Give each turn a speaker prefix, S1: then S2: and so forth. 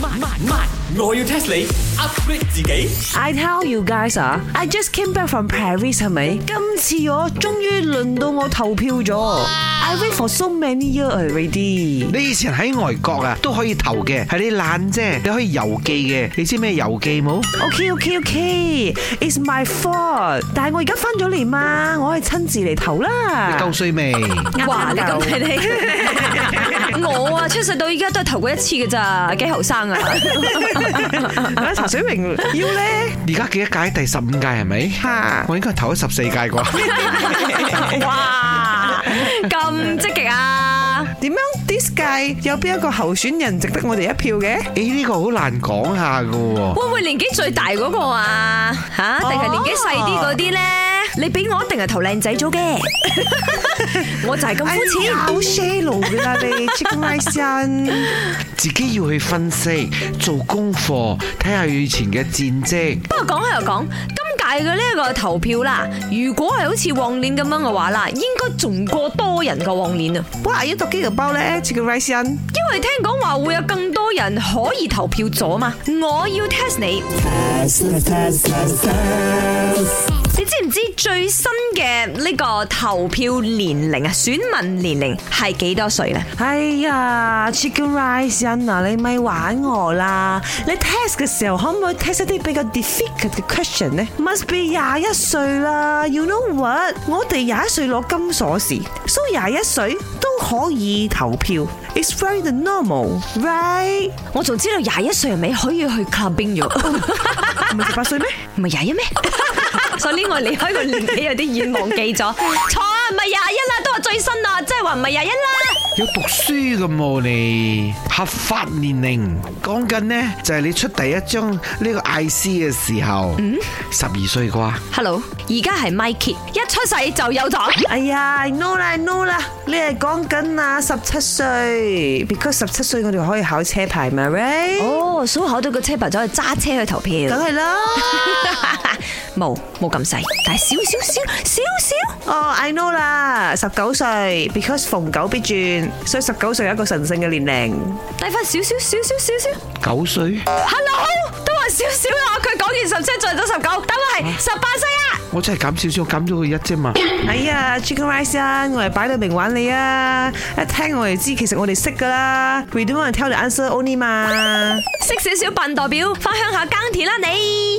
S1: 慢慢慢，我要 test 你 upgrade 自己。
S2: I tell you guys 啊，I just came back from Paris 係咪？今次，ah, 我終於輪到我投票咗。I wait for so many years already。
S3: 你以前喺外國啊都可以投嘅，係你懶啫，你可以郵寄嘅。你知咩郵寄冇？
S2: OK OK OK，it's、my fault。但係我而家翻咗嚟嘛，我係親自嚟投啦。
S3: 夠歲未？
S4: 哇！呃你咁睇
S2: 啱
S4: 你，我啊出世到依家都係投過一次嘅咋，幾後生啊！
S2: 啊茶水明要咧，
S3: 而家幾多屆？第十五屆係咪？
S2: 嚇
S3: 我應該投咗十四屆啩？
S4: 哇，咁積極啊！
S2: 點樣 this 屆有邊一個候選人值得我哋一票嘅？
S3: 誒呢個好難講下嘅喎。
S4: 會唔會年紀最大嗰個啊？吓，定係年紀細啲嗰啲咧？你俾我一定係投靚仔組 嘅，我就係咁膚淺。
S2: 好 shallow 㗎啦，你 Chicken Rice 人。
S3: 自己要去分析、做功課，睇下以前嘅戰績。
S4: 不過講開又講，今屆嘅呢一個投票啦，如果係好似往年咁樣嘅話啦，應該仲過多人過往年啊，
S2: 哇！要讀幾個包咧？Chicken Rice 人。
S4: 因為聽講話會有更多人可以投票咗嘛。我要 test 你，你知唔知最新嘅呢個投票年齡啊，選民年齡係幾多歲呢？
S2: 哎呀，Chicken Rice 人啊，你咪玩我啦！你 test 嘅時候可唔可以 test 一啲比較 difficult 嘅 question 呢 Must be 廿一歲啦，You know what？我哋廿一歲攞金鎖匙，so 廿一歲都可以投票，It's very normal，right？
S4: 我仲知道廿一歲係咪可以去 clubbing 咗？
S2: 唔係十八歲咩？
S4: 唔係廿一咩？所以我離開個年紀有啲遠忘記咗，錯啊，唔係廿一啦，都話最新啊，即係話唔係廿一啦。
S3: 要讀書嘅喎你，合法年齡講緊呢，就係你出第一張呢個 IC 嘅時候，十二歲啩。
S4: Hello，而家係 Mikey，一出世就有咗。
S2: 哎呀，no 啦 no 啦，你係講緊啊十七歲，because 十七歲我哋可以考車牌嘛，right？
S4: 哦，所以考到個車牌走去揸車去投票
S2: 梗，係啦。
S4: 冇冇咁細，但係少少少少少。
S2: 哦、i Ờ, know 啦，十九歲，because 逢九必轉，所以十九歲係一個神聖嘅年齡。
S4: 低翻少少少少少少。
S3: 九歲，
S4: Hello，都話少少啦，佢講完十七再咗十九，等我係十八歲啊。
S3: 我真係減少少，減咗佢一啫嘛。
S2: 哎呀，Chicken à, Rice 啊，我哋擺到明玩你啊！一聽我哋知，其實我哋識噶啦。We don't want to tell the answer only 嘛。
S4: 識少少笨代表，翻鄉下耕田啦你。